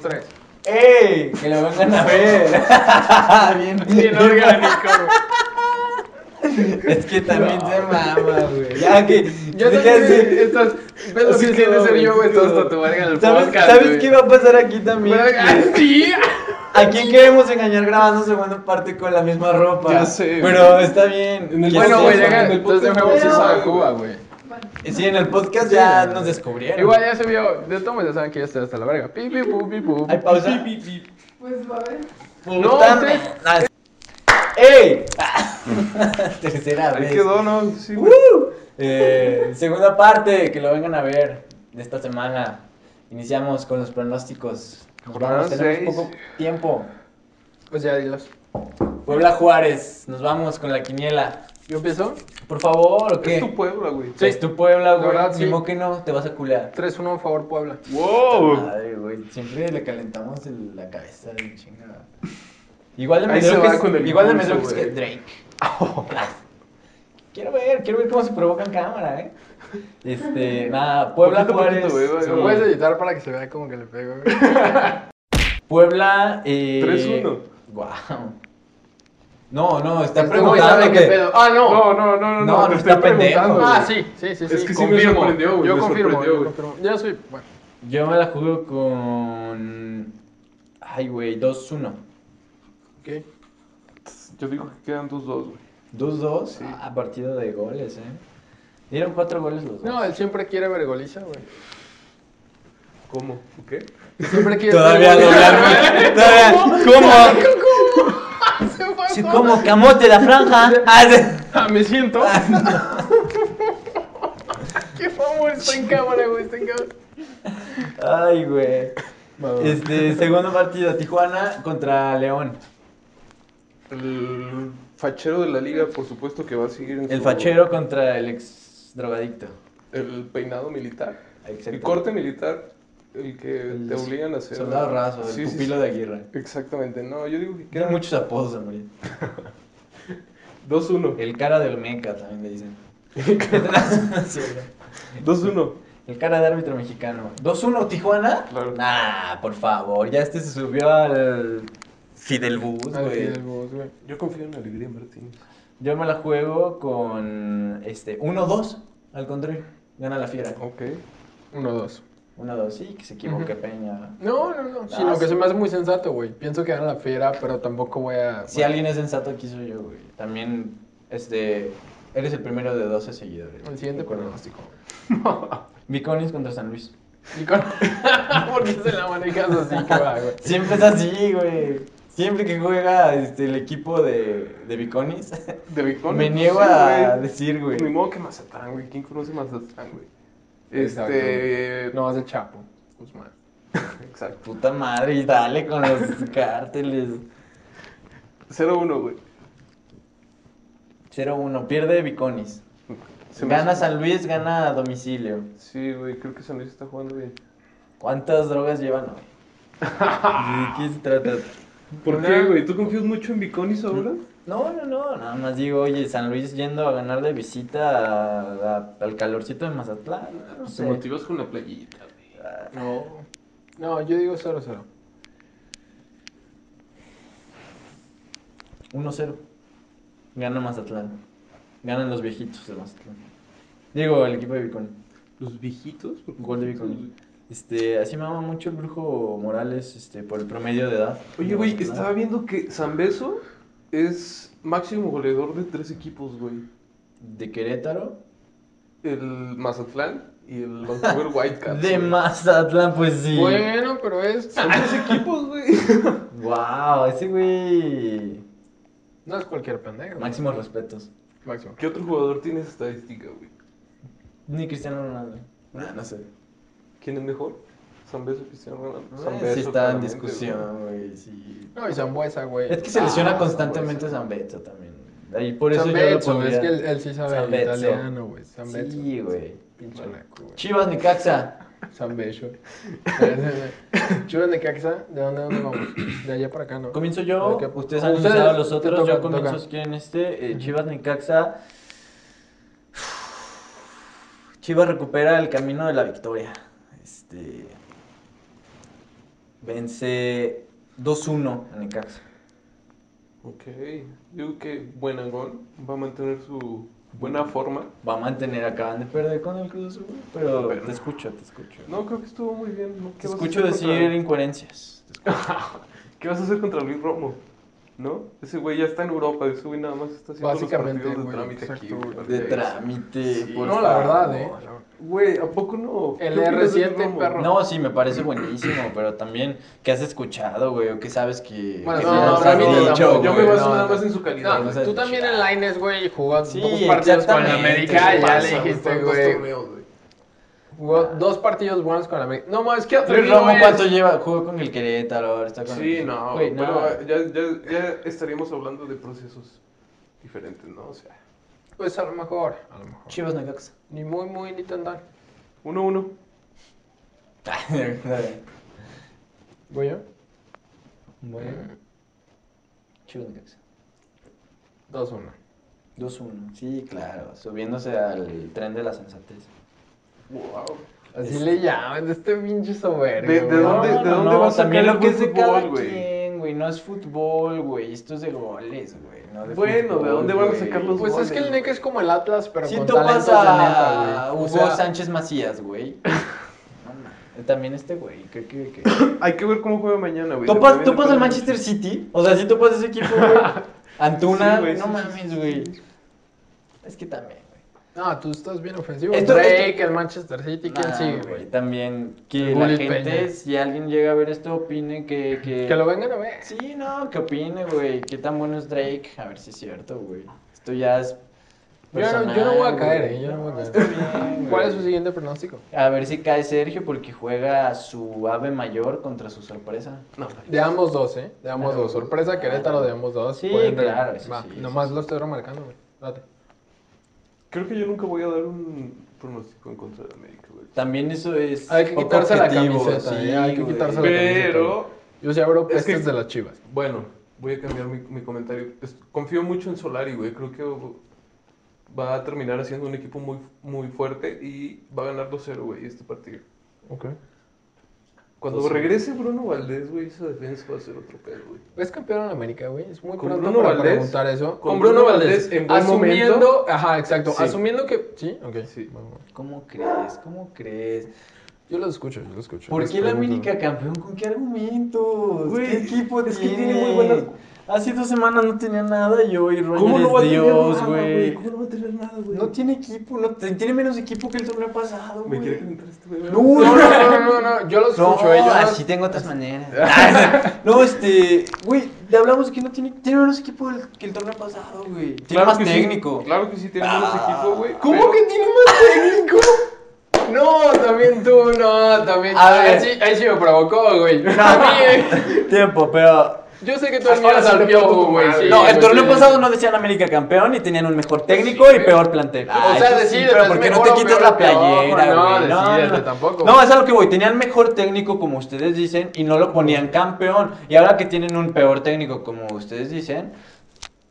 tres. ¡Ey! Que lo vengan a ver. Bien, Bien orgánico. Es que también se mama, güey. Ya que. Yo dije también, así, estás, ves lo así que siente como, ser yo, güey, como- todos tatuados en el ¿Sabes, podcast, ¿sabes güey. qué va a pasar aquí también? Ah, sí. ¿A quién queremos engañar grabando segunda parte con la misma ropa? Ya sé, güey. Pero está bien. En el Ya Bueno, sé, güey, ya llega, en el entonces ya podcast fuimos no, a güey. Cuba, güey. Sí, en el podcast ya Sí, güey. nos descubrieron. Igual ya se vio, de todos modos ya saben que ya está hasta la verga. Pi, pi, pu, pi, pu. Hay pausa. Pues va a ver. No, Puta ustedes- madre. ¡Ey! Tercera vez. Ahí quedó, ¿no? Uh. Sí, güey. ¡Woo! Eh, segunda parte, que lo vengan a ver de esta semana. Iniciamos con los pronósticos. Nos Jornada vamos, tenemos seis. poco tiempo. Pues ya, dilos. Puebla Juárez, nos vamos con la quiniela. ¿Yo empiezo? Por favor, ¿o qué? Es tu pueblo, güey. Sí. Es tu Puebla, La güey. verdad, sí. Ni modo que no, te vas a culear. 3-1 a favor Puebla. ¡Wow! Madre, güey, siempre le calentamos el- la cabeza de chingada. Igual de Ahí se medroques- va con el igual de impulso, medroques que güey. Oh. Drake. Quiero ver, quiero ver cómo se provoca en cámara, eh. Este, nada, Puebla Poquito, Juárez. poquito, güey, Se sí. lo puedes editar para que se vea como que le pego, güey. Puebla. Eh... 3-1. Guau. No, no, Este está güey preguntando. sabe que... qué pedo. Ah, no. No, no, no, no, No, no te está estoy pendejo, preguntando, güey. Ah, güey. sí, sí, sí. Es sí. que sí me sorprendió, güey, Yo me confirmo, sorprendió, yo güey. confirmo. Yo soy, bueno. Yo me la juego con. Ay, güey, 2-1. ok. Yo digo que quedan 2-2, güey. 2-2. Ah, partido de goles, eh. Dieron 4 goles los dos. No, él siempre quiere ver goliza, güey. ¿Cómo? ¿O ¿Qué? Siempre quiere Todavía ver lo goliza, largo. Todavía. ¿Cómo? güey. Se fue Sí, todo. como camote la franja. Ah, sí. Ah, me siento. Qué famoso está en cámara, güey, está en cámara. Ay, güey. Este, segundo partido, Tijuana contra León. El fachero de la liga, por supuesto que va a seguir en El su- fachero contra el ex drogadicto. El peinado militar. El Exacto. corte militar, el que El te obligan a hacer. Soldado raso, el Sí, sí, sí. pupilo de Aguirre. Exactamente. No, yo digo que Tiene quedan muchos apodos, hombre. 2-1. El cara del Meca también le dicen. Sí, ¿verdad? 2-1. el cara de árbitro mexicano. ¿2-1 Tijuana? Claro. Nah, por favor. Ya este se subió al Fidelbus, Al güey. Fidel Bus, güey. Yo confío en Alegría Martínez. Yo me la juego con este 1-2. Al contrario. Gana la fiera. Ok. Uno, dos. 1-2. Sí, que se equivoque Peña. No, no, no. Ah, Sino que sí. se me hace muy sensato, güey. Pienso que gana la fiera, pero tampoco voy a. Si alguien es sensato, aquí soy yo, güey. También, este. Eres el primero de 12 seguidores. El siguiente Recuerda. pronóstico. Biconis contra San Luis. ¿Y con... ¿Por qué se la manejas así, que va, güey? Siempre es así, güey. Siempre que juega este, el equipo de, de Biconis, De Vicón. me niego a decir, güey. Ni modo que Mazatlán, güey. ¿Quién conoce Mazatlán, güey? Exacto. Este. No, hace Chapo. Guzmán. Exacto. Puta madre, y dale con los cárteles. 0-1, güey. 0-1, pierde Biconis. Se me Gana hace- San Luis, gana a domicilio. Sí, güey. Creo que San Luis está jugando bien. ¿Cuántas drogas llevan hoy? ¿De qué se trata? ¿Por Una- qué, güey? ¿Tú confías mucho en Viconis ahora? No, no, no, nada más digo, oye, San Luis yendo a ganar de visita a- a- al calorcito de Mazatlán. No sé. con la playita, güey. No. No, yo digo 0-0. 1-0. Gana Mazatlán. Ganan los viejitos de Mazatlán. Digo, el equipo de Vicón. Los viejitos. ¿Por qué? Gol de Vicón. Este, así me ama mucho el brujo Morales este, por el promedio de edad. Oye, de güey, Mazatlán. estaba viendo que Zambeso es máximo goleador de tres equipos, güey. De Querétaro. El Mazatlán y el Vancouver Whitecaps. De güey. Mazatlán, pues sí. Bueno, pero es. Son tres equipos, güey. Wow, ese güey. No es cualquier pendejo. güey. Máximos respetos. Máximo. ¿Qué otro jugador tiene esa estadística, güey? Ni Cristiano Ronaldo. Ah, no sé. ¿Quién es mejor? ¿Zambeso o Cristiano Ronaldo? Eh, Sí Zambeso, está en claramente, güey. discusión, güey, sí. No, y Zambuesa, güey. Es que se lesiona pues, Ah, constantemente güey. Zambeto también. Ahí por eso yo Zambetso, lo güey, pondría. es que él, él sí sabe Zambetso. italiano, güey. Zambetso. Sí, güey. Pinche naco, güey. Chivas Nicaxa. Zambetso. Chivas de Caxa, ¿de dónde, dónde vamos? De allá para acá, ¿no? Comienzo yo. ¿Qué? Ustedes han Ustedes, comenzado los te otros. toca, yo te comienzo toca. si quieren este. eh, Chivas Nicaxa. Chivas recupera el camino de la victoria. Este. Vence 2-1 a Necaxa. Ok. Digo que Buenagón va a mantener su buena forma. Va a mantener, acaban de perder con el Cruz Azul, pero Bueno. te escucho, te escucho. No, creo que estuvo muy bien. ¿no? te ¿Qué vas a escucho hacer decir contra- incoherencias. ¿Qué vas a hacer contra Luis Romo? ¿No? Ese güey ya está en Europa, ese güey nada más está haciendo los Básicamente, partidos de güey, trámite exacto, aquí. güey. güey. De Sí. trámite. por No, la verdad, eh. favor. Güey, ¿a poco no? El ¿Qué opinas de R7, Luis Romo? perro. No, sí, me parece buenísimo, pero también que has escuchado, güey, o que sabes que... Bueno, que no, ya no, nos para han mí no, dicho, tampoco, yo me güey, baso no, nada no. más en su calidad. No, güey. no sé. tú también en Lines, güey, jugó Sí, pocos partidos con exactamente, América. ¿qué Ya le pasa, güey? dijiste, Tantos güey. torneos, güey. Jugó dos partidos buenos con América. No, más que Luis atrevido Romo, es. ¿cuánto lleva? Jugó con el Querétaro, ahora está con Sí, el- no, Güey, pero no. ya, ya, ya estaríamos hablando de procesos diferentes, ¿no? O sea, Pues a lo mejor. A lo mejor. Chivas Necaxa. Ni muy, muy, ni tan tan. uno a uno. ¿Voy yo? Bueno, Chivas Necaxa. 2-1. 2-1. Sí, claro, subiéndose al tren de la sensatez. Wow. Así Es- le llaman, este pinche soberbio. ¿De- de güey. dónde- de dónde va a sacar también el lo que es de fútbol, cada güey? quien, güey, no es fútbol, güey, esto es de goles, güey, no de Bueno, ¿de fútbol, dónde van a güey. sacar los Pues es que el NEC es como el Atlas, pero Si con talentos topas de neta, a güey. Hugo O sea, Sánchez Macías, güey. No, no, También este güey, creo que... que- Hay que ver cómo juega mañana, güey. ¿Topas, También topas depende al Manchester City? O sea, si topas ese equipo, güey. Antuna, Sí, güey, no sí, mames, güey. Es que también, güey. No, tú estás bien ofensivo. Esto- Drake, esto- el Manchester City, ¿quién Nah, sigue, güey? güey? También que El la Gullit gente, Peña. si alguien llega a ver esto, opine que... Que, Que lo vengan a ver. Sí, no, que opine, güey. ¿Qué tan bueno es Drake? A ver si es cierto, güey. Esto ya es... Yo no- yo no voy a caer, eh, yo no voy a está caer. bien, ¿Cuál güey. es su siguiente pronóstico? A ver si cae Sergio porque juega su ave mayor contra su sorpresa. No, no, De ambos dos, ¿eh? De ambos Claro. dos. Sorpresa, Querétaro, de ambos dos. Sí, Pueden re- claro, eso Va, sí, Nomás eso lo estoy remarcando, güey. Date. Creo que yo nunca voy a dar un pronóstico en contra de América, güey. También eso es... Hay que poco quitarse la objetivo, camiseta, sí, eh, hay que güey. quitarse la- Pero, Yo sí abro Es que- pestes de las chivas. bueno, voy a cambiar mi, mi comentario. Es- Confío mucho en Solari, güey. Creo que va a terminar haciendo un equipo muy, muy fuerte y va a ganar 2-0, güey, este partido. Ok. Cuando 2-0. regrese Bruno Valdés, güey, esa defensa va a ser otro pedo, güey. Es campeón en América, güey. Es muy Con pronto Bruno para Valdés, preguntar eso. con Bruno Valdés en buen asumiendo, momento. Ajá, exacto. Sí. Asumiendo que... Sí, ok. Sí. Vamos. ¿Cómo crees? ¿Cómo crees? Yo los escucho, yo los escucho. ¿Por Les qué la pregunto. América campeón? ¿Con qué argumentos? Güey, ¿Qué equipo es que tiene? tiene muy buenas- Hace dos semanas no tenía nada y hoy Roger ¿Cómo es no va a tener Dios, nada, güey. ¿Cómo no va a tener nada, güey? No tiene equipo, no, te- tiene menos equipo que el torneo pasado, Me güey. quiere calentar este güey. No, no, No, no, no, no, no, yo los No, escucho, eh, yo los- así tengo otras maneras. no, este, güey, le hablamos que no tiene, tiene menos equipo del- que el torneo pasado, güey. Tiene Claro más que sí, técnico. claro que sí, tiene menos Ah. equipo, güey. ¿Cómo pero- que tiene más técnico? No, también tú, no, también. A ver. Ahí sí, ahí sí me provocó, güey. A mí, eh. Tiempo, pero. Yo sé que Ah, tú Ahora admiras sí al te piojo, puto güey. madre. sí, No, el güey, torneo sí. Pues pasado no decían América campeón y tenían un mejor técnico y peor plantel. O Ah, sea, eso sí, decídete, pero ¿es ¿por qué no mejor te o quitas peor, la peor? playera, No, güey? decídete tampoco. No, es a lo que voy. Tenían mejor técnico, como ustedes dicen, y no lo ponían campeón. Y ahora que tienen un peor técnico, como ustedes dicen,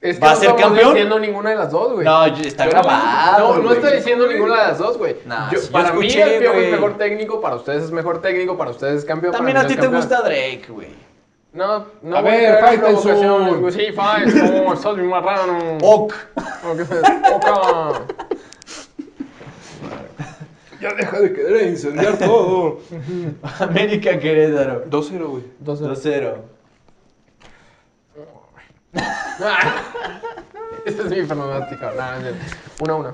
Es que ¿Va a no ser estamos campeón? diciendo ninguna de las dos, güey. no, yo- está Yo no- grabado. No, no güey. estoy diciendo ninguna de las dos, güey. Nah, Yo- sí, yo para mí escuché, el piojo es güey. mejor técnico, para ustedes es mejor técnico, para ustedes es campeón. También para a mí ti es te campeón. gusta Drake, güey. No, no. A voy ver, caer en Faitelson. provocaciones, güey. Sí, Faitelson, sos mi marrano. Ok. ¿O qué es? Oca. Ya deja de querer e incendiar todo. América Querétaro. 2-0, güey. Entonces- 2-0. Este es mi pronóstico. Nada, no, uno a uno.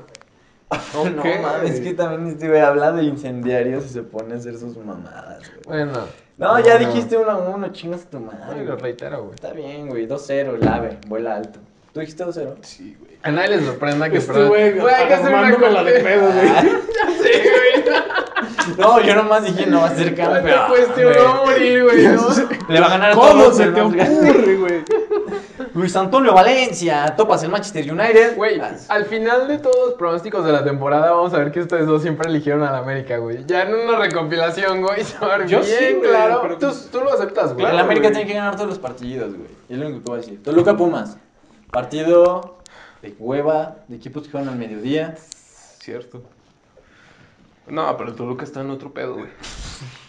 No Ok. mames, es que también este güey habla de incendiarios y se pone a hacer sus mamadas, güey. Bueno. No, ya dijiste 1 a 1, chingas tu madre. Ay, lo reitero, güey. Está bien, güey, 2-0, el ave, vuela alto. ¿Tú dijiste 2-0? Sí, güey. A nadie le sorprenda que Este perdan. güey, hay que hacer una armándomela de corte. pedo, güey. Ya sé, güey. No, yo nomás dije no va a ser No campeón. pues, te cuestionó güey. morir, güey. ¿no? Le va a ganar a ¿Cómo todos. se el te más ocurre, grande. güey? Luis Antonio Valencia, topas el Manchester United. Güey, Ah, al final de todos los pronósticos de la temporada vamos a ver que ustedes dos siempre eligieron al América, güey. Ya en una recompilación, güey, se va a ver Yo bien sí, güey, claro. pero- pues Tú, tú lo aceptas, güey. el América güey. tiene que ganar todos los partidos, güey. Es lo único que voy a decir. Toluca Pumas. Partido de hueva, de equipos que juegan al mediodía. Cierto. No, pero el Toluca está en otro pedo, güey.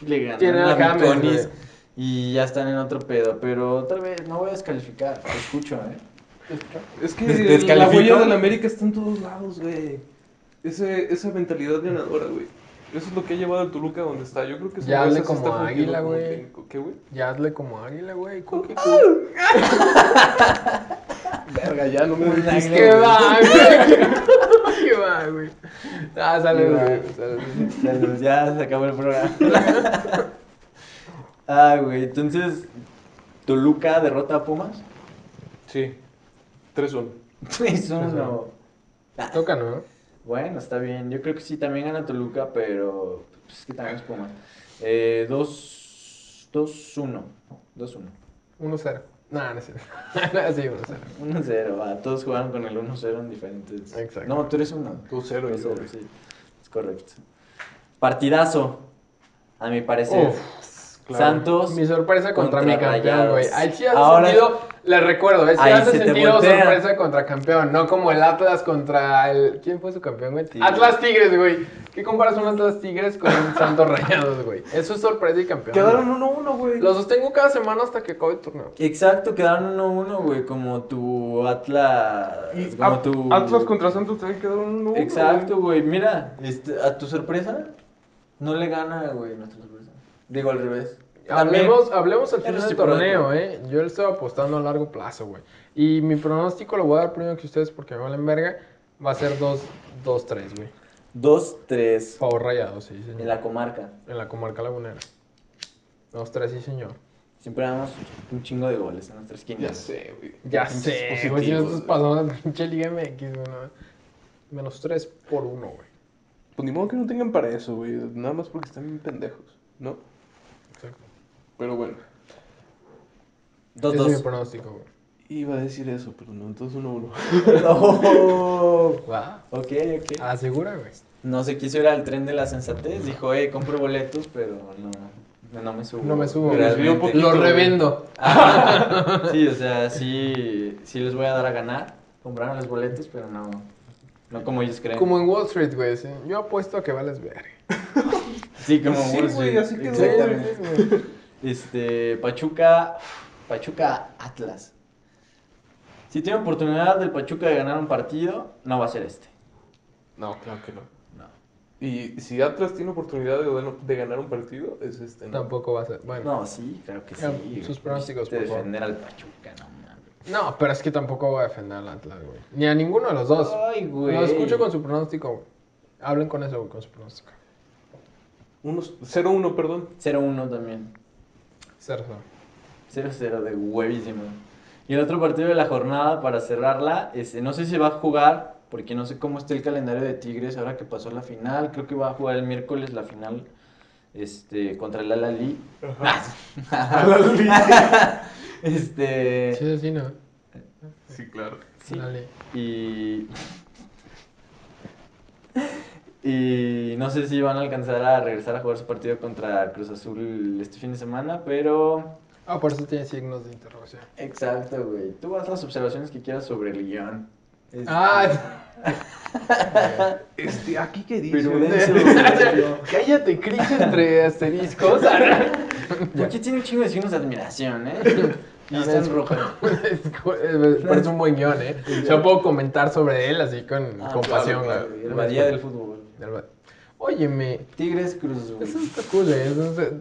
Le ganan Tiene a a James, Mitonis güey. y ya están en otro pedo. Pero tal vez no voy a descalificar, te escucho, ¿eh? Es que Des- la descalifico. huella de la América está en todos lados, güey. Ese- esa mentalidad ganadora, güey. Eso es lo que ha llevado al Toluca donde está. Yo creo que Ya Zambuesa hablé sí como está fungiendo águila, como güey. técnico. ¿Qué, güey? Ya hazle como águila, güey. ¿Con qué Verga, ya no me dijiste, ¿Qué va, güey? ¿Qué va, güey? Ah, sale, va. güey. sale. Saludos, ya se acabó el programa. ah, güey, entonces, ¿Toluca derrota a Pumas? Sí. 3-1. 3-1. Toca, ¿no? Bueno, está bien. Yo creo que sí, también gana Toluca, pero pues, es que también es Pumas. Eh, 2 2-1. 2-1. 1-0. Nah, no es cierto. Nah, sí, 1-0. 1-0, va, todos jugaron con el 1-0 en diferentes. Exacto. No, tú eres uno. 2-0, yo, 2-0, güey. sí. Es correcto. Partidazo, a mi parecer. Uf, claro. Santos. Mi sorpresa contra, mi Contra campeón, güey. Rayados. Ahí sí hace Ahora- sentido, les recuerdo, ahí sí Ahí hace se te sentido voltea. sorpresa contra campeón, no como el Atlas contra el... ¿Quién fue su campeón, güey? Tigres. Atlas Tigres, güey. ¿Qué comparas un Atlas Tigres con un Santos Rayados, güey? Eso es sorpresa y campeón. Quedaron güey. 1-1, güey. Lo sostengo cada semana hasta que acabe el torneo. Exacto, quedaron 1-1, güey, como tu Atlas, Y como At- tu... Atlas contra Santos también quedaron 1-1. Exacto, güey, mira, este, a tu sorpresa, no le gana, güey, nuestra sorpresa. Digo, al revés. También. Hablemos, hablemos al Es final del recíproco. torneo, ¿eh? Yo le estoy apostando a largo plazo, güey. Y mi pronóstico lo voy a dar primero que ustedes porque me valen verga. Va a ser 2-3, güey. 2-3, Favor rayado, sí, señor. en la comarca. En la comarca lagunera. 2-3, sí, señor. Siempre damos un chingo de goles en nuestra esquina. Ya sé, güey. Ya Pinches sé, güey. Si positivos, nosotros güey. pasamos la pinche Liga MX, güey. no. Menos 3 por 1, güey. Pues ni modo que no tengan para eso, güey. Nada más porque están bien pendejos, ¿no? Exacto. Pero bueno. Ese es mi 2-2. pronóstico, güey. Iba a decir eso, pero no. Entonces 1-1. No. Va. Oh. Ok, ok. Asegura, güey. No se quiso ir al tren de la sensatez, dijo, eh, compro boletos, pero no, no, no me subo. No me subo, güey. Realmente. Un poquito, Lo güey. revendo. Sí, o sea, sí, sí les voy a dar a ganar. Compraron los boletos, pero no, no como ellos creen. Como en Wall Street, güey. sí. Yo apuesto a que vales verga. Sí, como Sí, Wolves, güey, así quedó, Exactamente. Sí, güey. Este, Pachuca, Pachuca Atlas. Si tiene oportunidad del Pachuca de ganar un partido, no va a ser este. No, claro que no. No. Y si Atlas tiene oportunidad de, gan- de ganar un partido, es este. ¿no? Tampoco va a ser. Bueno. No, sí, claro que sí. Ya, güey. sus pronósticos, De por favor. defender al Pachuca, no mames. No, pero es que tampoco voy a defender al Atlas, güey. Ni a ninguno de los dos. Ay, güey. Lo escucho con su pronóstico, güey. Hablen con eso, güey, con su pronóstico. Unos 0-1, perdón. 0-1 también. Cerzo. 0-0 de huevísimo. Y el otro partido de la jornada para cerrarla, este, no sé si va a jugar, porque no sé cómo está el calendario de Tigres ahora que pasó la final. Creo que va a jugar el miércoles la final este, contra el Alali. este. Sí, sí, sí, ¿no? sí, claro. sí. Dale. Y. Y no sé si van a alcanzar a regresar a jugar su partido contra Cruz Azul este fin de semana, pero Ah, por eso tiene signos de interrogación. Exacto, güey. Tú haz las observaciones que quieras sobre el guión. Es- Ah, Este, aquí que dice. Pirulencio, Este, cállate, Cris, entre asteriscos. ¿Por qué tiene un chingo de signos de admiración, eh? Y Ya está ves. en rojo. Parece un buen guión, ¿eh? Yo puedo comentar sobre él así con Ah, compasión, claro, güey. güey, El Badía del fútbol. Del Badía. Óyeme, Tigres Cruz, güey. eso está cool, ¿eh? Eso está-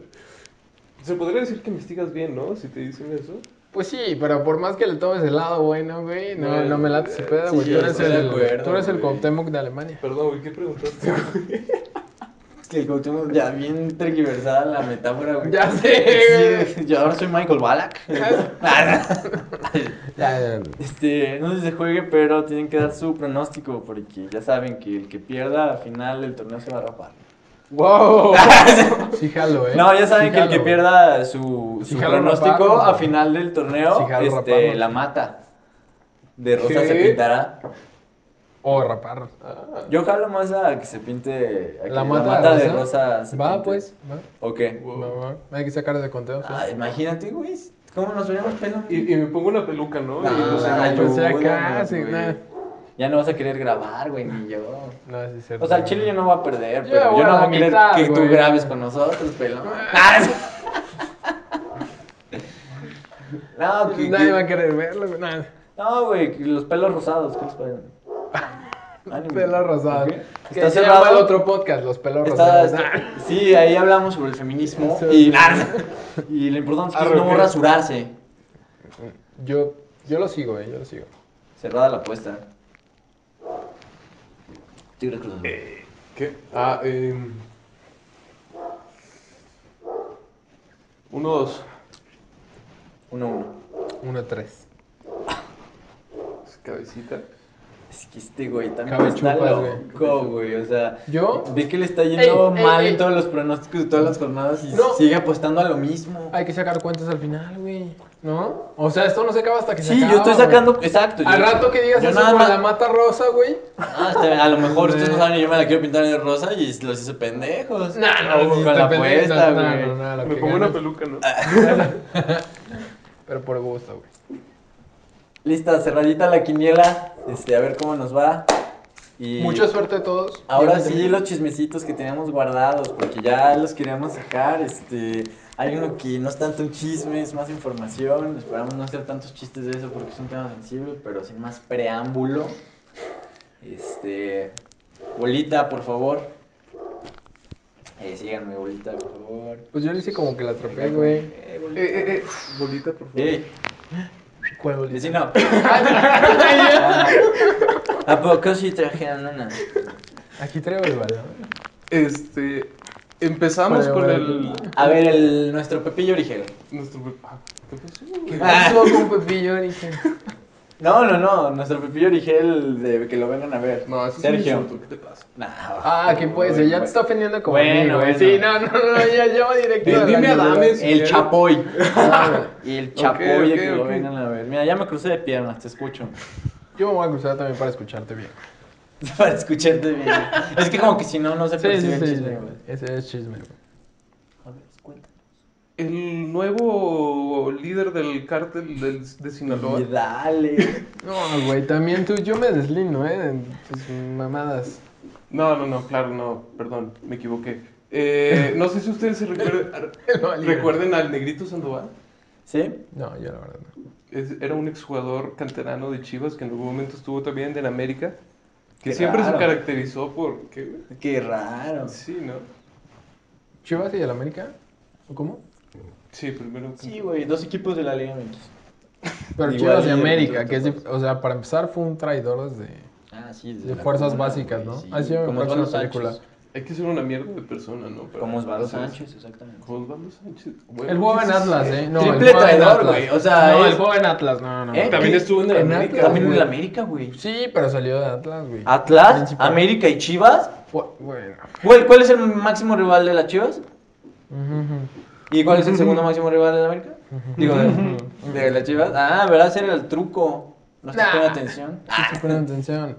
Se podría decir que investigas bien, ¿no? Si te dicen eso. Pues sí, pero por más que le tomes el lado bueno, güey, no, No, no me late ese eh, pedo, güey. sí, tú eres estoy de el, acuerdo, tú eres el güey. Cuauhtémoc de Alemania. Perdón, güey, ¿qué preguntaste? güey? Es que el Cuauhtémoc ya bien tergiversada la metáfora, güey. Ya sé, Sí, Yo ahora soy Michael Ballack. Ya, ya, Este, no sé si se juegue, pero tienen que dar su pronóstico porque ya saben que el que pierda al final del torneo se va a rapar. ¡Wow! sí, jalo, ¿eh? No, ya saben Sí que el que jalo, pierda su, Sí, su jalo pronóstico raparnos, a güey. final del torneo, Sí, jalo este, raparnos. la mata. De rosa se ¿Qué? pintará. O raparnos. Ah, Yo jalo más a que se pinte. a que La mata, de de rosa. se Va, pinte. pues, va. ¿O qué? wow. Va, va. Hay que sacar de conteo. pues. sí. Ah, imagínate, güey. ¿Cómo nos veríamos pelo? Y, y me pongo una peluca, ¿no? Ah, y pues, no sé, Ay, pensé ayúdanos, acá, sí, güey. nada. Ya no vas a querer grabar, güey, ni yo. No, sí, es cierto. O sea, el chile ya no va a perder, Yo pero voy yo a no la voy a querer mitad, que tú güey. grabes con nosotros, pelón. Ah, No, que- Nadie que- va a querer verlo, güey. Nada. No, güey, que los pelos rosados. ¿Qué les parece? Ánimo. Pelos rosados. Ok. Que Está se llama cerrado. el otro podcast, los pelos Está- rosados. está- Ah. sí, ahí hablamos sobre el feminismo Sí. y, y lo importante es que es no Arrojar. rasurarse. Yo, yo lo sigo, eh, yo lo sigo. Cerrada la apuesta. Tigres Cruz Azul. ¿Qué? Ah, eh... Uno, dos. 1-1. 1-3. Es Cabecita. Es que este güey también Cabechupas, está güey. loco, güey. O sea, ¿Yo? ve que le está yendo Ey, ey, mal ey. en todos los pronósticos de todas las jornadas y No. sigue apostando a lo mismo. Hay que sacar cuentas al final, güey. ¿No? O sea, esto no se acaba hasta que se sí, acaba, yo estoy güey. sacando. Exacto. yo- Al rato que digas yo eso nada con más- la mata rosa, güey. Ah, está bien, a lo mejor ustedes no saben y yo me la quiero pintar de rosa y los hice pendejos. con la apuesta, güey. No, no, no, lo Me que pongo una ganes. peluca, ¿no? Pero por gusto, güey. Lista, cerradita la quiniela. Este, a ver cómo nos va. Y Mucha suerte a todos. Ahora Llévense sí, bien. los chismecitos que teníamos guardados, porque ya los queríamos sacar. Este, hay uno que no es tanto un chisme, es más información. Esperamos no hacer tantos chistes de eso porque es un tema sensible, pero sin más preámbulo. Este, bolita, por favor. Eh, síganme, bolita, por favor. Pues yo le hice como que la atropellé, güey. Eh, Eh, bolita. Eh, eh, eh. Bolita, por favor. Ey, ¿Cuál vecino. Ah, ¿A poco sí trajeron una? Aquí traigo el balón. Este... Empezamos Vale, con vale. el... A ver, el, nuestro Pepillo Origel. Nuestro... ah, ¿Qué pasó? ¿Qué Ah. pasó con Pepillo? Dije. No, no, no, nuestro Pepillo Origel de que lo vengan a ver. No, eso es un Sergio. insulto, ¿Qué te pasa? Ah, ¿qué puede ser? Ya te está ofendiendo como Bueno, amigo, güey. bueno. Sí, no, no, no, ya, ya va directo. Dime a la a yugular. Dames. El Chapoy. El Chapoy de ok, que lo ok. vengan a ver. Mira, ya me crucé de piernas, te escucho. Yo me voy a cruzar también para escucharte bien. Para escucharte bien. Es que como que si no, no se Sí, sí, percibe el sí. chisme, güey. Ese es chisme, güey. A ver, cuéntame. El nuevo líder del cártel del- de Sinaloa. Y dale. No, güey, también tú, yo me deslindo, ¿eh? En tus mamadas. No, no, no, claro, no, perdón, me equivoqué. Eh, no sé si ustedes se recuerden, recuerden al Negrito Sandoval. ¿Sí? No, yo la verdad no. Es- era un exjugador canterano de Chivas que en algún momento estuvo también en América. Que Qué siempre raro. se caracterizó por. ¿qué, güey? Qué raro. Sí, ¿no? ¿Chivas y el América? ¿O cómo? Sí, primero. Sí, güey, dos equipos de la Liga MX. Pero Igual Chivas y y de América, repente que es... te dif- O sea, para empezar fue un traidor desde... Ah, sí. De la fuerzas comuna, básicas, güey, ¿no? Ah, Así me Como parece Osvaldo una película. Sánchez. Hay que ser una mierda de persona, ¿no? Para- Como Osvaldo hacer eso. Sánchez, exactamente. Como Osvaldo Sánchez. güey, El juego en sí, sí, Atlas, sí. ¿eh? No, Triple el juego en traidor, Atlas. güey, o sea, No, es- el juego en Atlas, no, no. ¿Eh? También estuvo en el En América. Atlas, También en güey. el América, güey. Sí, pero salió de Atlas, güey. Atlas, Principal. América y Chivas. Fu- Bueno. Güey, ¿cuál es el máximo rival de las Chivas? Ujú, ¿Y cuál es el segundo máximo rival de la América? Digo, de, de las Chivas. Ah, ¿verdad? Ese era el truco. No estás Nah. poniendo atención. sí, ponen atención.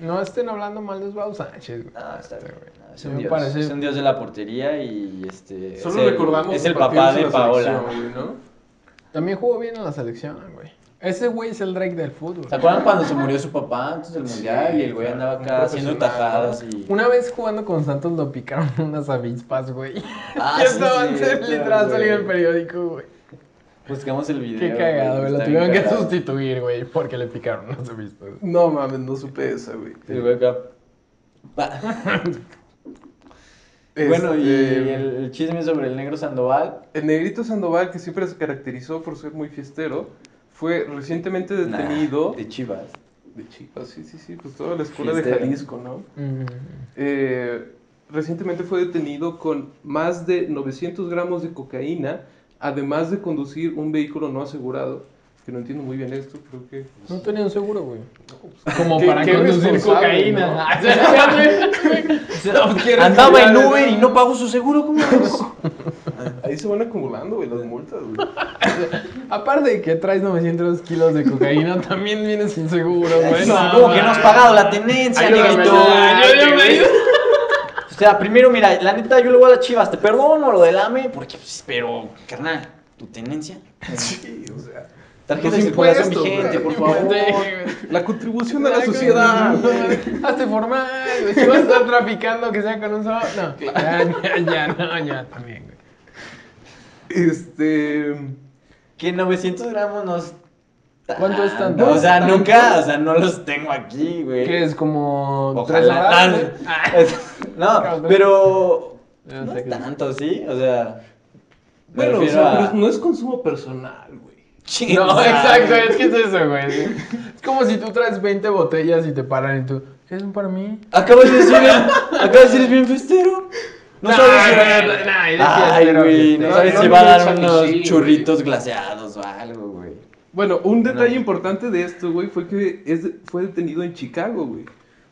No estén hablando mal de Osvaldo Sánchez, güey. Ah, está bien. Ah, Es Sí, un, me dios, parece- es un dios de la portería y este. Solo es el- recordamos Es el los papá partidos de la Paola. selección, güey, ¿no? También jugó bien en la selección, güey. Ese güey es el Drake del fútbol. ¿Se acuerdan cuando se murió su papá antes del mundial y el güey andaba acá un haciendo profesional, tajadas y. Una vez jugando con Santos lo picaron unas avispas, güey. Ah, y sí, estaban sí, literal claro, saliendo en güey. el periódico, güey. Buscamos el video. Qué cagado, güey. Lo está tuvieron bien que cagado. sustituir, güey, porque le picaron unas avispas. No mames, no supe esa, güey. El güey acá. Pa. Bueno, y Este, el, el chisme sobre el negro Sandoval. El negrito Sandoval, que siempre se caracterizó por ser muy fiestero, fue recientemente Nah, detenido de Chivas. de Chivas, sí, sí, sí, pues toda la escuela de Fiestero. Jalisco, ¿no? Mm. Eh, recientemente fue detenido con más de 900 gramos de cocaína, además de conducir un vehículo no asegurado, que no entiendo muy bien esto, creo que... No tenía un seguro, güey. pues, Como ¿Qué- para qué conducir responsable, cocaína. Ah, Andaba en olvidar Uber eso? y no pagó su seguro, ¿cómo ves? Ahí se van acumulando, güey, las multas, güey. Aparte de que traes 900 kilos de cocaína, también vienes sin seguro, güey. ¿Cómo que no has pagado la tenencia, Ayúdame, negrito? ayúdame, ayúdame, ayúdame. O sea, primero, mira, la neta, yo le voy a las chivas, te perdono lo del AME, porque, pues, pero, carnal, tu tenencia. Sí, o sea... Tarjeta de Tus circulación impuestos, vigente, por güey. favor. La contribución a la sociedad. Hazte formal, güey. Si vas a estar traficando, que sea con un solo. No, ya, ya, ya, no, ya, también, güey. Este. Que 900 gramos no es ¿Cuánto es tanto? O sea, No es nunca, o sea, no los tengo aquí, güey. Que es como tres Eh, Ojalá. horas. Ah, güey. Ah, es- No, pero no sé qué- tanto, ¿sí? O sea, me Bueno, o refiero sea, a- pero no es consumo personal, güey. Chinga. No, exacto, es que es eso, güey. Es como si tú traes 20 botellas y te paran y tú, ¿qué es un para mí? Acabas de decir, acabas de decir bien festero. No sabes si va a no, no, eres Ay, fiestero, güey, fiestero. no sabes No, si no va a me dar echan ni unos sí, güey. churritos glaseados o algo, güey. Bueno, un detalle No. importante de esto, güey, fue que es- fue detenido en Chicago, güey.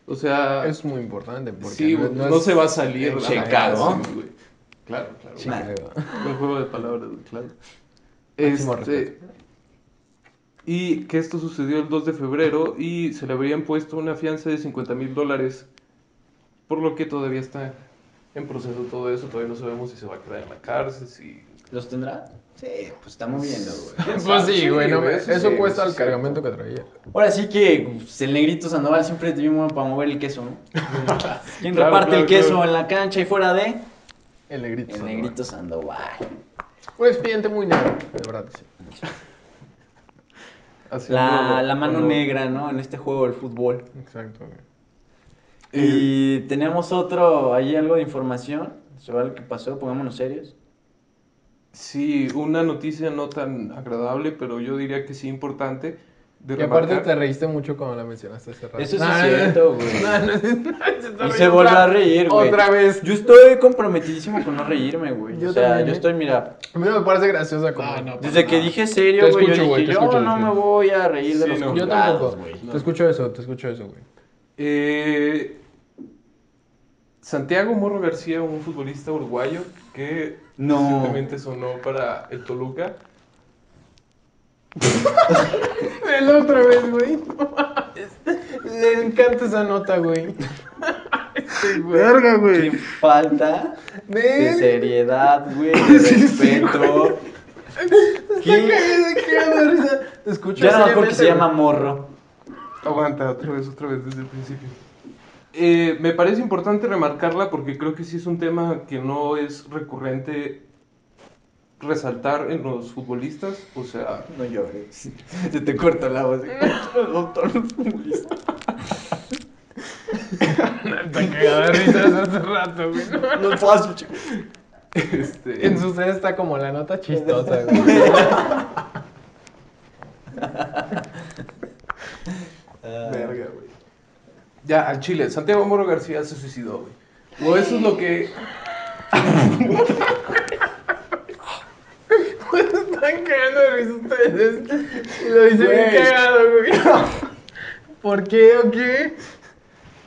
O sea, Es muy importante porque sí, güey, no, es- se va a salir. en la- Chicago. sí, güey. Claro, claro. Chicago. Un juego de palabras, güey, claro. Máximo Este, respeto. y que esto sucedió el 2 de febrero y se le habrían puesto una fianza de 50 mil dólares, por lo que todavía está en proceso todo eso, todavía no sabemos si se va a quedar en la cárcel, si... ¿Los tendrá? Sí, pues estamos viendo, güey. Pues sí, güey, no, güey, me- eso eso sí, cuesta eso el sí. cargamento que traía. Ahora sí que pues, el negrito Sandoval siempre te vimos para mover el queso, ¿no? ¿Quién Claro, reparte el claro, queso claro. en la cancha y fuera de? El negrito. El Sandoval. negrito Sandoval. Un expediente muy negro, de verdad que sí. La, haciendo- la mano bueno, negra, ¿no? En este juego del fútbol. Exacto, güey. Y tenemos otro, ahí algo de información sobre lo que pasó, pongámonos serios. Sí, una noticia no tan agradable, pero yo diría que sí importante de Y aparte te remarcar. reíste mucho cuando la mencionaste hace rato. Eso sí No, es no, no. cierto, güey. No, no, no, Y se volvió a reír, güey. Otra vez. Yo estoy comprometidísimo con no reírme, güey. Yo o sea, también, yo ¿eh? estoy, mira, A mí no me parece graciosa como. No, no, desde que dije serio, Te güey, yo escucho, güey, dije, te yo escucho, no sí. me voy a reír de Sí, los no, Yo juzgados, tampoco. güey. Te escucho eso, te escucho eso, güey. Eh, Santiago Morro García, un futbolista uruguayo que No. recientemente sonó para el Toluca. El otra vez, güey. No mames. Le encanta esa nota, güey. Este, güey. Verga, Qué falta de Verga. seriedad, güey, de Sí, sí, respeto. ¿Qué? ¿Qué? de risa. Te escucho Ya no me seriamente, acuerdo que se güey. llama morro. Aguanta, otra vez, otra vez, desde el principio. Eh, me parece importante remarcarla porque creo que sí es un tema que no es recurrente resaltar en los futbolistas. O sea, No llores. Se te corta la voz. Te cagaba de risa hace rato, güey. No. No es fácil, chico. este, En su sede está como la nota chistosa, güey. Ah. Verga, güey. Ya, al Chile. Santiago Moro García se suicidó, güey. O eso es lo que. Están cagando de risa ustedes. Y lo dice bien Güey. cagado, güey. ¿Por qué o qué?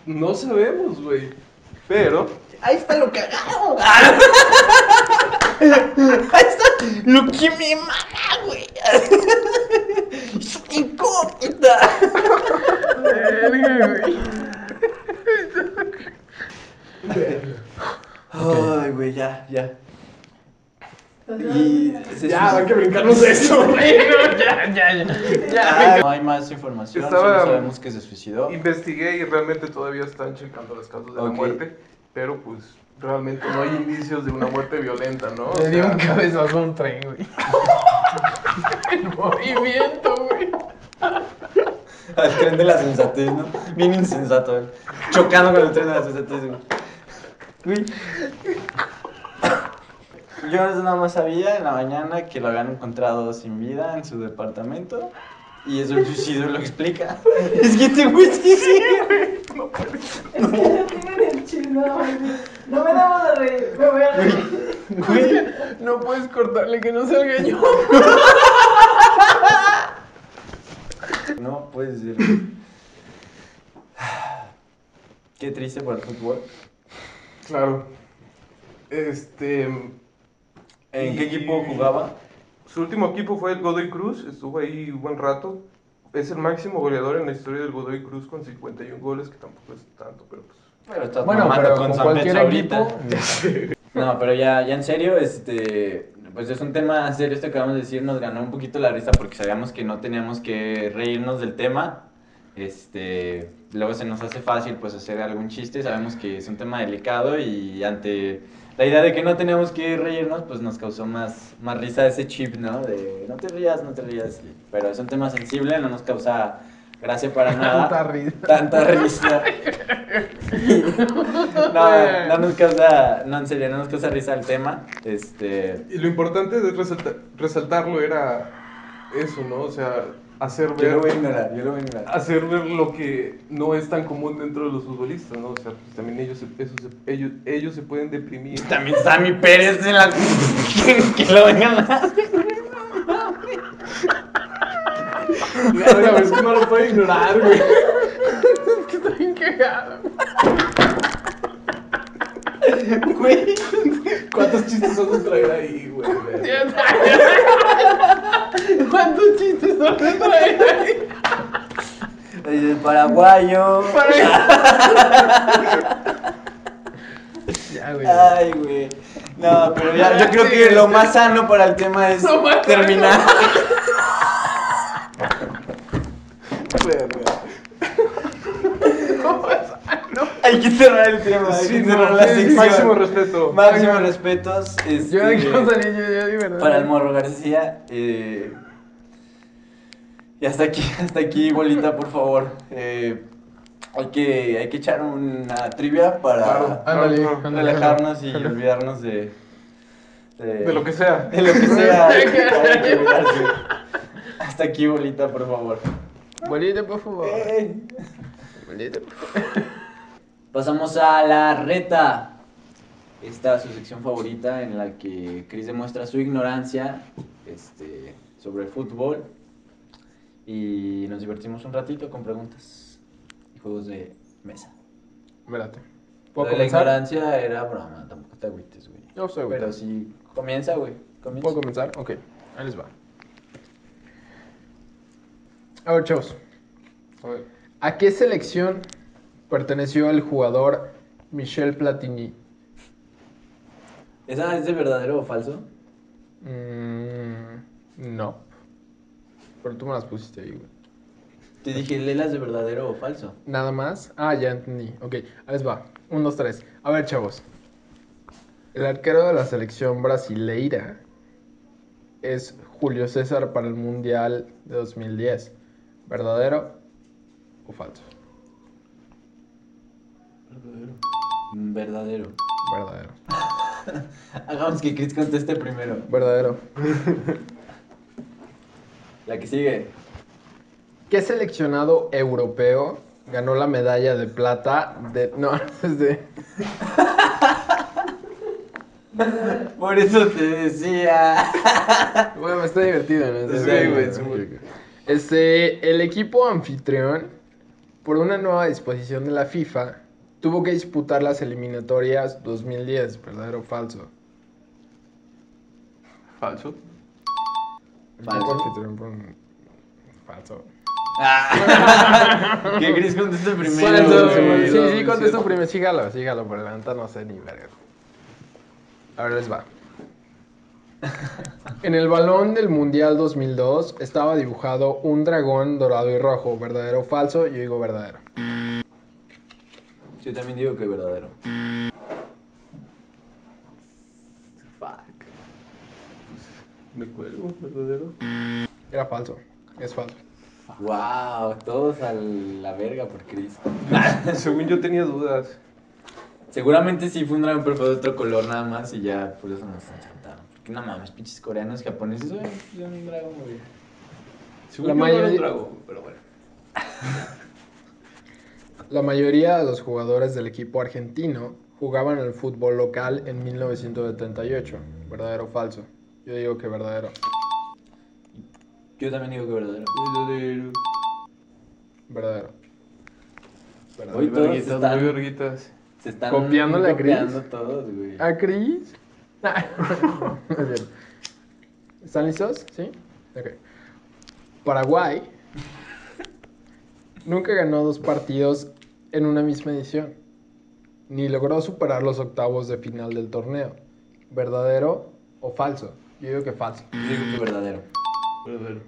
No sabemos, güey. Pero. Ahí está lo cagado. Ahí está lo que me mama, güey. Es incógnita. Verga, güey. Ay, güey, ya, ya. Y se Ya, hay que brincarnos de eso, güey. No, ya, ya, ya. ya. no hay más información, Estaba- solo sabemos que se suicidó. Investigué y realmente todavía están checando las causas de Ok. la muerte. Pero pues realmente no hay indicios de una muerte violenta, ¿no? O Le dio sea, un cabezazo a un tren, güey. El movimiento, güey. Al tren de la sensatez, ¿no? Bien insensato, güey. Chocando con el tren de la sensatez, güey. Güey. Yo nada más sabía en la mañana que lo habían encontrado sin vida en su departamento. Y eso el suicidio lo explica. Es que este güey sí, sí, güey. Es que ya tienen el chingado. No me damos a reír, me voy a reír. Güey, no puedes cortarle que no salga yo. No puede ser. güey. Qué triste para el fútbol. Claro. Este. ¿En qué Y- equipo jugaba? Su último equipo fue el Godoy Cruz, estuvo ahí un buen rato. Es el máximo goleador en la historia del Godoy Cruz con 51 goles, que tampoco es tanto, pero pues. Pero estás Bueno, mamando pero con con San Pedro cualquier ahorita. equipo. No, pero ya, ya en serio, este, pues es un tema serio esto que acabamos de decir, nos ganó un poquito la risa porque sabíamos que no teníamos que reírnos del tema. Este, luego se nos hace fácil pues hacer algún chiste, sabemos que es un tema delicado y ante la idea de que no teníamos que reírnos, pues nos causó más, más risa ese chip, ¿no? De no te rías, no te rías. Pero es un tema sensible, no nos causa gracia para nada. Tanta risa. Tanta risa. no, no nos causa, no en serio, no nos causa risa el tema. Este, Y lo importante de resalta- resaltarlo era eso, ¿no? O sea, hacer yo ver, lo voy a ignorar, yo lo voy a ignorar. Ah, hacer ver lo que no es tan común dentro de los futbolistas, ¿no? O sea, pues, también ellos, se- eso se- ellos, ellos se pueden deprimir. También Sammy Pérez en la... que lo vengan a... Verga, es que no lo puede ignorar, güey. Es que está bien cagado. Güey. ¿Cuántos chistes vas a traer ahí, güey? ¿Cuántos chistes son de traer ahí? El paraguayo. Ya, güey. Ay, güey. No, pero ya, yo creo que lo más sano para el tema es Lo más terminar. Hay que cerrar el tema, hay Sí, que no, cerrar la sí, sección. máximo respeto. Máximo respetos. este, Yo de qué vamos a salir, yo, yo, de verdad. para el Morro García. eh, y hasta aquí, hasta aquí, bolita, por favor. Eh, hay, que, hay que echar una trivia para Claro. Ah, Ándale, No, no, ándale, ándale. relajarnos y olvidarnos de, De lo que sea. de lo que sea. De que- Hay que olvidarse. Hasta aquí, bolita, por favor. Bolita, por favor. Eh. Bolita, por favor. Pasamos a la reta. Esta es su sección favorita en la que Chris demuestra su ignorancia este, sobre el fútbol. Y nos divertimos un ratito con preguntas y juegos de mesa. Espérate. Lo ¿Puedo de la comenzar? ignorancia era broma, tampoco te agüites, güey. Yo soy güey. Pero sí, comienza, güey. Comienza. ¿Puedo comenzar? Ok, ahí les va. A ver, chavos. A ver. ¿A qué selección perteneció el jugador Michel Platini? ¿Esa es de verdadero o falso? Mm, no. Pero tú me las pusiste ahí, güey. Te dije, ¿lelas de verdadero o falso? Nada más. Ah, ya entendí. Ok, ahí les va. Un, dos, tres. A ver, chavos. El arquero de la selección brasileira es Julio César para el Mundial de 2010. ¿Verdadero o falso? Mm, Verdadero. Verdadero. Hagamos que Chris conteste primero. Verdadero. La que sigue. ¿Qué seleccionado europeo ganó la medalla de plata de... No, es de... Por eso te decía. Bueno, está divertido, ¿no? Está Sí, divertido, güey, ¿no? sí, güey. Este, el equipo anfitrión, por una nueva disposición de la FIFA, tuvo que disputar las eliminatorias 2010, ¿verdadero o falso? Falso. Equipo Falso. anfitrión por un- Falso. Ah. que Chris conteste primero. Falso, güey. sí, sí, sí. contesto primero. Sí, galo, sí, galo, por la neta no sé ni verga. Ahora les va. En el balón del Mundial 2002 estaba dibujado un dragón dorado y rojo, ¿verdadero o falso? Yo digo verdadero. Yo también digo que verdadero. Fuck. Me cuelgo, verdadero. Era falso, es falso. Wow, todos a la verga por Chris. Según yo tenía dudas. Seguramente sí fue un dragón, pero fue de otro color nada más y ya por eso nos encantaron. Porque no mames, pinches coreanos, japoneses, güey. Yo un dragón, güey. Según La yo no era mayoría- un dragón, pero bueno. La mayoría de los jugadores del equipo argentino jugaban el fútbol local en 1978, ¿verdadero o falso? Yo digo que verdadero. Yo también digo que verdadero. Verdadero. Verdadero. Verdadero. Hoy Muy todos verguitas, están- muy verguitas. Se están Copiándole a Chris. copiando todos, güey. ¿A Cris? Muy bien. ¿Están listos? ¿Sí? Ok. Paraguay nunca ganó dos partidos en una misma edición, ni logró superar los octavos de final del torneo. ¿Verdadero o falso? Yo digo que falso. Yo digo que verdadero. Verdadero.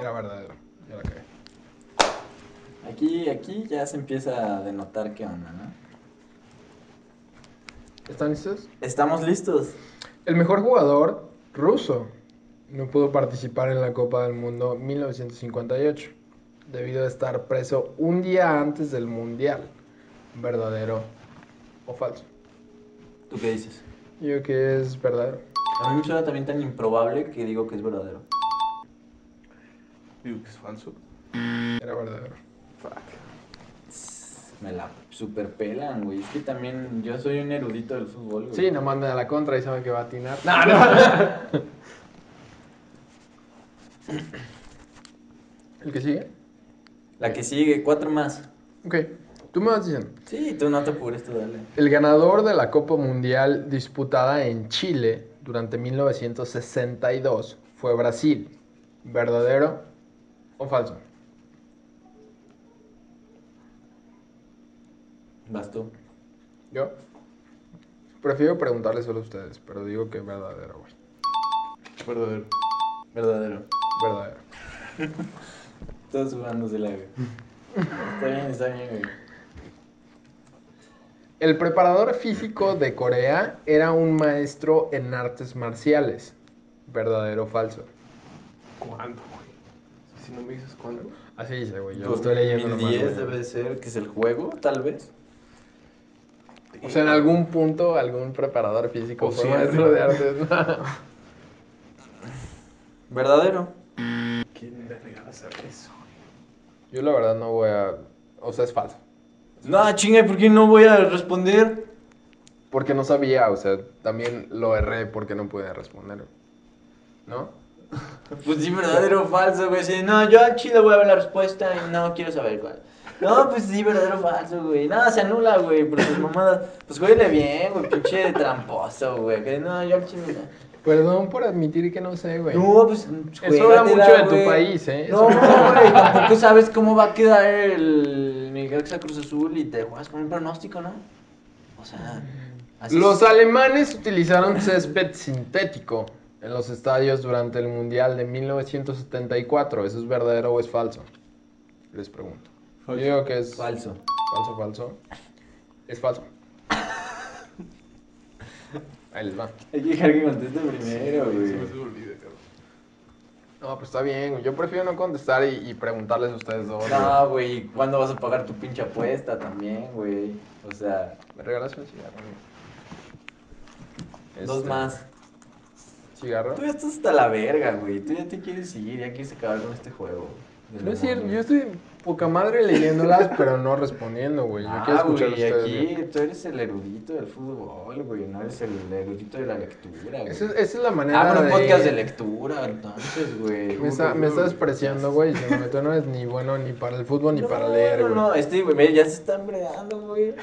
Era verdadero. Ya la cagué. Aquí, aquí ya se empieza a denotar qué onda, ¿no? ¿Están listos? Estamos listos. El mejor jugador ruso no pudo participar en la Copa del Mundo 1958 debido a estar preso un día antes del Mundial. ¿Verdadero o falso? ¿Tú qué dices? Yo creo que es verdadero. A mí me suena también tan improbable que digo que es verdadero. Digo que es falso. Era verdadero. Me la superpelan, güey. Es que también yo soy un erudito del fútbol, güey. Sí, no manden a la contra y saben que va a atinar. No, no. ¿El que sigue? La que sigue, cuatro más. Ok. Tú me vas diciendo. Sí, tú no te apures, tú dale. El ganador de la Copa Mundial disputada en Chile durante 1962 fue Brasil. ¿Verdadero o falso? Vas tú. Yo prefiero preguntarles solo a ustedes, pero digo que verdadero, güey. Verdadero. Verdadero. Verdadero. Todos jugándose la, güey. Está bien, está bien, güey. El preparador físico de Corea era un maestro en artes marciales. ¿Verdadero o falso? ¿Cuándo, güey? Si no me dices cuándo. Así dice, güey. Yo lo estoy leyendo nomás, 2010 güey. debe de ser, que es el juego, tal vez. O sea, en algún punto, algún preparador físico O fue siempre. maestro de artes. Verdadero. ¿Quién verga va a hacer eso, güey? Yo la verdad no voy a... O sea, es falso. No, chinga, ¿y ¿por qué no voy a responder? Porque no sabía, o sea, también lo erré porque no pude responder. ¿No? Pues sí, verdadero o falso, güey. Sí, no, yo al chile voy a ver la respuesta y no quiero saber cuál. No, pues sí, verdadero o falso, güey. No, se anula, güey, por sus mamadas. Pues jueguele bien, güey, pinche tramposo, güey. Que No, yo al chile no. Perdón por admitir que no sé, güey. No, pues. Eso habla juégatela, mucho de tu güey. país, ¿eh? No, Eso- güey, tampoco sabes cómo va a quedar el Necaxa Cruz Azul y te juegas con un pronóstico, ¿no? O sea. así Los es. alemanes utilizaron césped sintético en los estadios durante el Mundial de 1974. ¿Eso es verdadero o es falso? Les pregunto. Falso. Yo digo que es Falso. falso, falso. Es falso. Ahí les va. Hay que dejar que conteste primero, Se me se me olvida, cabrón. No, pues está bien. güey. Yo prefiero no contestar y, y preguntarles a ustedes dos. güey. No, güey, ¿cuándo vas a pagar tu pinche apuesta también, güey? O sea, ¿Me regalas un cigarro? amigo? dos Este, más. ¿Cigarro? Tú ya estás hasta la verga, güey. Tú ya te quieres ir, ya quieres acabar con este juego. del No es cierto, demonio. yo estoy poca madre leyéndolas, pero no respondiendo, güey. Yo quiero Ah, escuchar güey, ustedes. aquí tú eres el erudito del fútbol, güey. No eres el erudito de la lectura, güey. Esa, es- esa es la manera Ah, pero de... un podcast de lectura, entonces, güey. Me está, me está despreciando, güey. diciéndome, Tú no eres ni bueno ni para el fútbol ni No, para leer, No, güey. no, este, güey, mira, ya se están bregando, güey.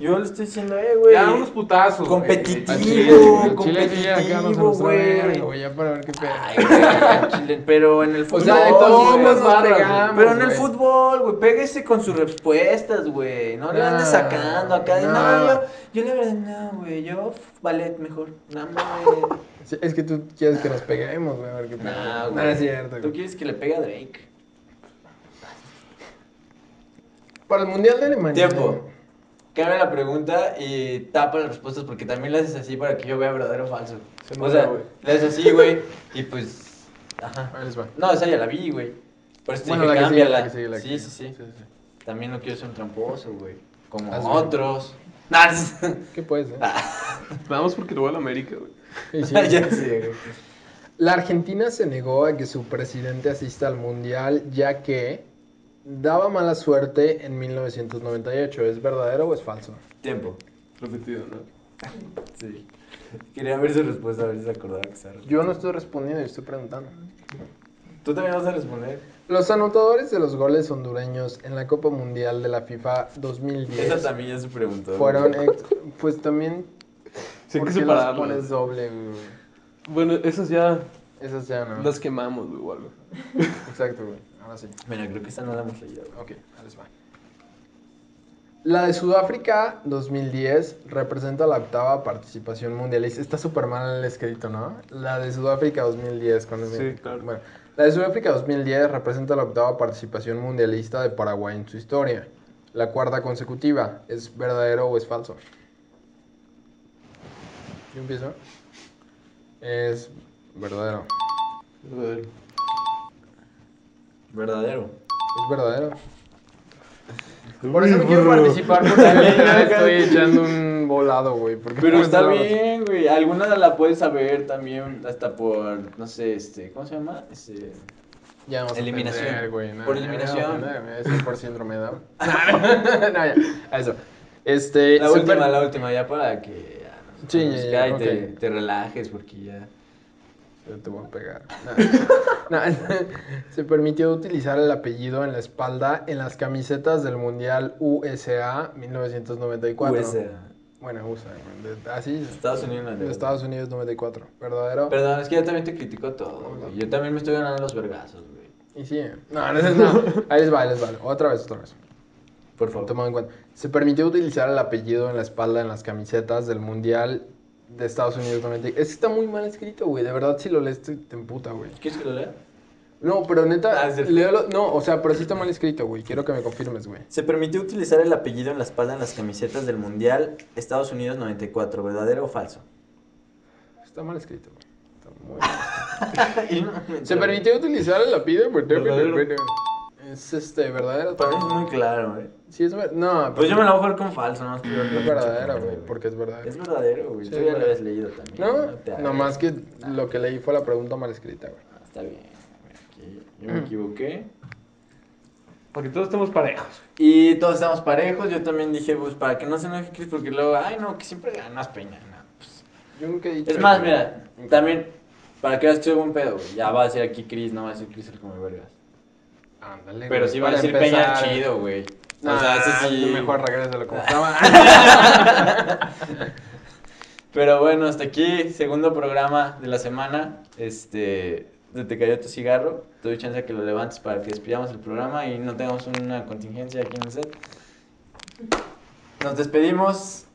Yo le estoy diciendo, eh, güey. Ya, unos putazos. güey. Competitivo. Al Así chile, es. güey, al chile yo ya acá no se nos trae güey. verga, güey, ya para ver qué pedo. Ay, güey, al chile, pero en el O fútbol. sea, de güey. todos modos nos barras, pegamos, Pero en el güey. fútbol, güey, pégase con sus respuestas, güey. No le No, andes sacando acá. de, No, no. yo, yo la verdad, no, güey. Yo ballet mejor. No, mames. Sí, Es que tú quieres que nos peguemos, güey, a ver qué pedo. Nah, No, güey. es cierto, Tú güey. quieres que le pegue a Drake. Para el Mundial de Alemania... Tiempo. Cambia la pregunta y tapa las respuestas porque también las haces así para que yo vea verdadero o falso. Se o me sea, da, güey. le haces así, güey, y pues. Ajá. Ahí les va. No, esa ya la vi, güey. Por eso te Bueno, dije, la que sigue, la cámbiala. que sigue, la que sí, sí, sigue. sí, También no quiero ser un tramposo, güey. Como Hazlo. otros. Nah, ¿Qué puedes, Ah, eh? Vamos porque lo va a la América, güey. Sí, sí. ya sé, güey. La Argentina se negó a que su presidente asista al Mundial ya que daba mala suerte en 1998. ¿Es verdadero o es falso? Tiempo. Repetido, ¿no? Sí. Quería ver su respuesta, a ver si se acordaba que estaba Yo no estoy respondiendo, yo estoy preguntando. Tú también vas a responder. Los anotadores de los goles hondureños en la Copa Mundial de la FIFA Esa 2010 también ya se preguntó. güey. fueron... ex- Pues también... Sí, hay ¿por que qué las separarlo. pones doble, güey? Bueno, esas ya Esas ya no. las quemamos, güey, o algo. Exacto, güey. Ahora sí. Mira, creo que esta no la hemos leído. güey. Ok, ahí les va. La de Sudáfrica 2010 representa la octava participación mundialista. Está súper mal el escrito, ¿no? La de Sudáfrica 2010. Con el- Sí, claro. Bueno, la de Sudáfrica 2010 representa la octava participación mundialista de Paraguay en su historia. La cuarta consecutiva. ¿Es verdadero o es falso? Yo empiezo. Es verdadero. Verdadero. Verdadero. Es verdadero. Por eso no quiero participar porque Yo me estoy estoy echando un volado, güey. porque Pero no está pensaba- bien, güey. Alguna la puedes saber también, hasta por, no sé, este, ¿cómo se llama? Este, Ya vamos Eliminación. A aprender, güey. No, Por ya, ya vamos a eliminación. aprender, Es por síndrome de Down. no, ya. Eso. Este. la super- última, la última, ya para que ya, nos Sí, ya, ya, conozca y te, ok. te relajes porque ya... Yo te voy a pegar. No. No, se permitió utilizar el apellido en la espalda en las camisetas del Mundial USA 1994. USA. Bueno, USA. güey, de- Así. Estados Unidos. no De Estados Unidos 94. ¿Verdadero? Perdón, es que yo también te critico todo, güey. Yo también me estoy ganando los vergazos, güey. Y sí. eh. No, no, no, no. Ahí les va, ahí les va. Otra vez, otra vez. Por favor. Tomado en cuenta. Se permitió utilizar el apellido en la espalda en las camisetas del Mundial de Estados Unidos 90. Es que está muy mal escrito, güey. De verdad, si lo lees, te, te emputa, güey. ¿Quieres que lo lea? No, pero neta, Ah, es cierto. léelo. No, o sea, pero sí está mal escrito, güey. Quiero que me confirmes, güey. Se permitió utilizar el apellido en la espalda en las camisetas del Mundial Estados Unidos 94, ¿verdadero o falso? Está mal escrito, güey. Está muy mal. Se permitió utilizar el apellido, güey. Verdadero. Es este, verdadero. Para mí es muy claro, güey. Sí, es verdadero. No, Pues yo me la voy a jugar con falso, ¿no? es verdadero, güey. Porque es verdadero. Es verdadero, güey. Sí, Tú ya lo verdadero. habías leído también. No, Te hagas. nomás que lo que leí fue la pregunta mal escrita, güey. Ah, Está bien. Aquí Yo me equivoqué. Porque todos estamos parejos. Y todos estamos parejos. Yo también dije, pues, para que no se enoje Chris, porque luego, ay, no, que siempre ganas, Peña. No, pues. Yo nunca he dicho. Es más, eso. mira, también, para que veas que soy buen pedo, güey. Ya va a decir aquí Chris, no va a decir Chris el come vergas. Ándale, Pero güey, sí va a para decir Peña empezar. chido, güey. No, o sea, ese sí. Mejor regrésalo como estaba. Pero bueno, hasta aquí, segundo programa de la semana. Este, se te cayó tu cigarro. Te doy chance a que lo levantes para que despidamos el programa y no tengamos una contingencia aquí en el set. Nos despedimos.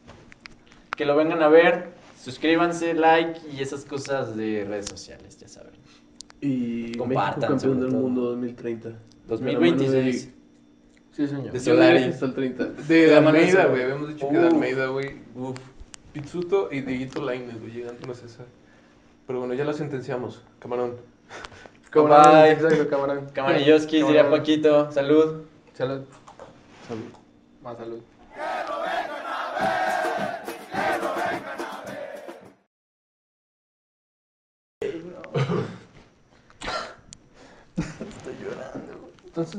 Que lo vengan a ver. Suscríbanse, like y esas cosas de redes sociales, ya saben. Y Compartan, México campeón sobre del todo. mundo 2030. De la mano 2026. Sí, señor. De De Solari. Solari. Hasta el 30. De, la mano de Almeida, ese- güey. Habíamos dicho que de Uf. Almeida, güey. Uf. Pizzuto y Dieguito Lainez, güey, llegando a César. Pero bueno, ya la sentenciamos, camarón. Camarón, Bye. Exacto, camarón. Camarilloskis, diría Camarón. Paquito. Salud. Salud. Salud. Más salud. Entonces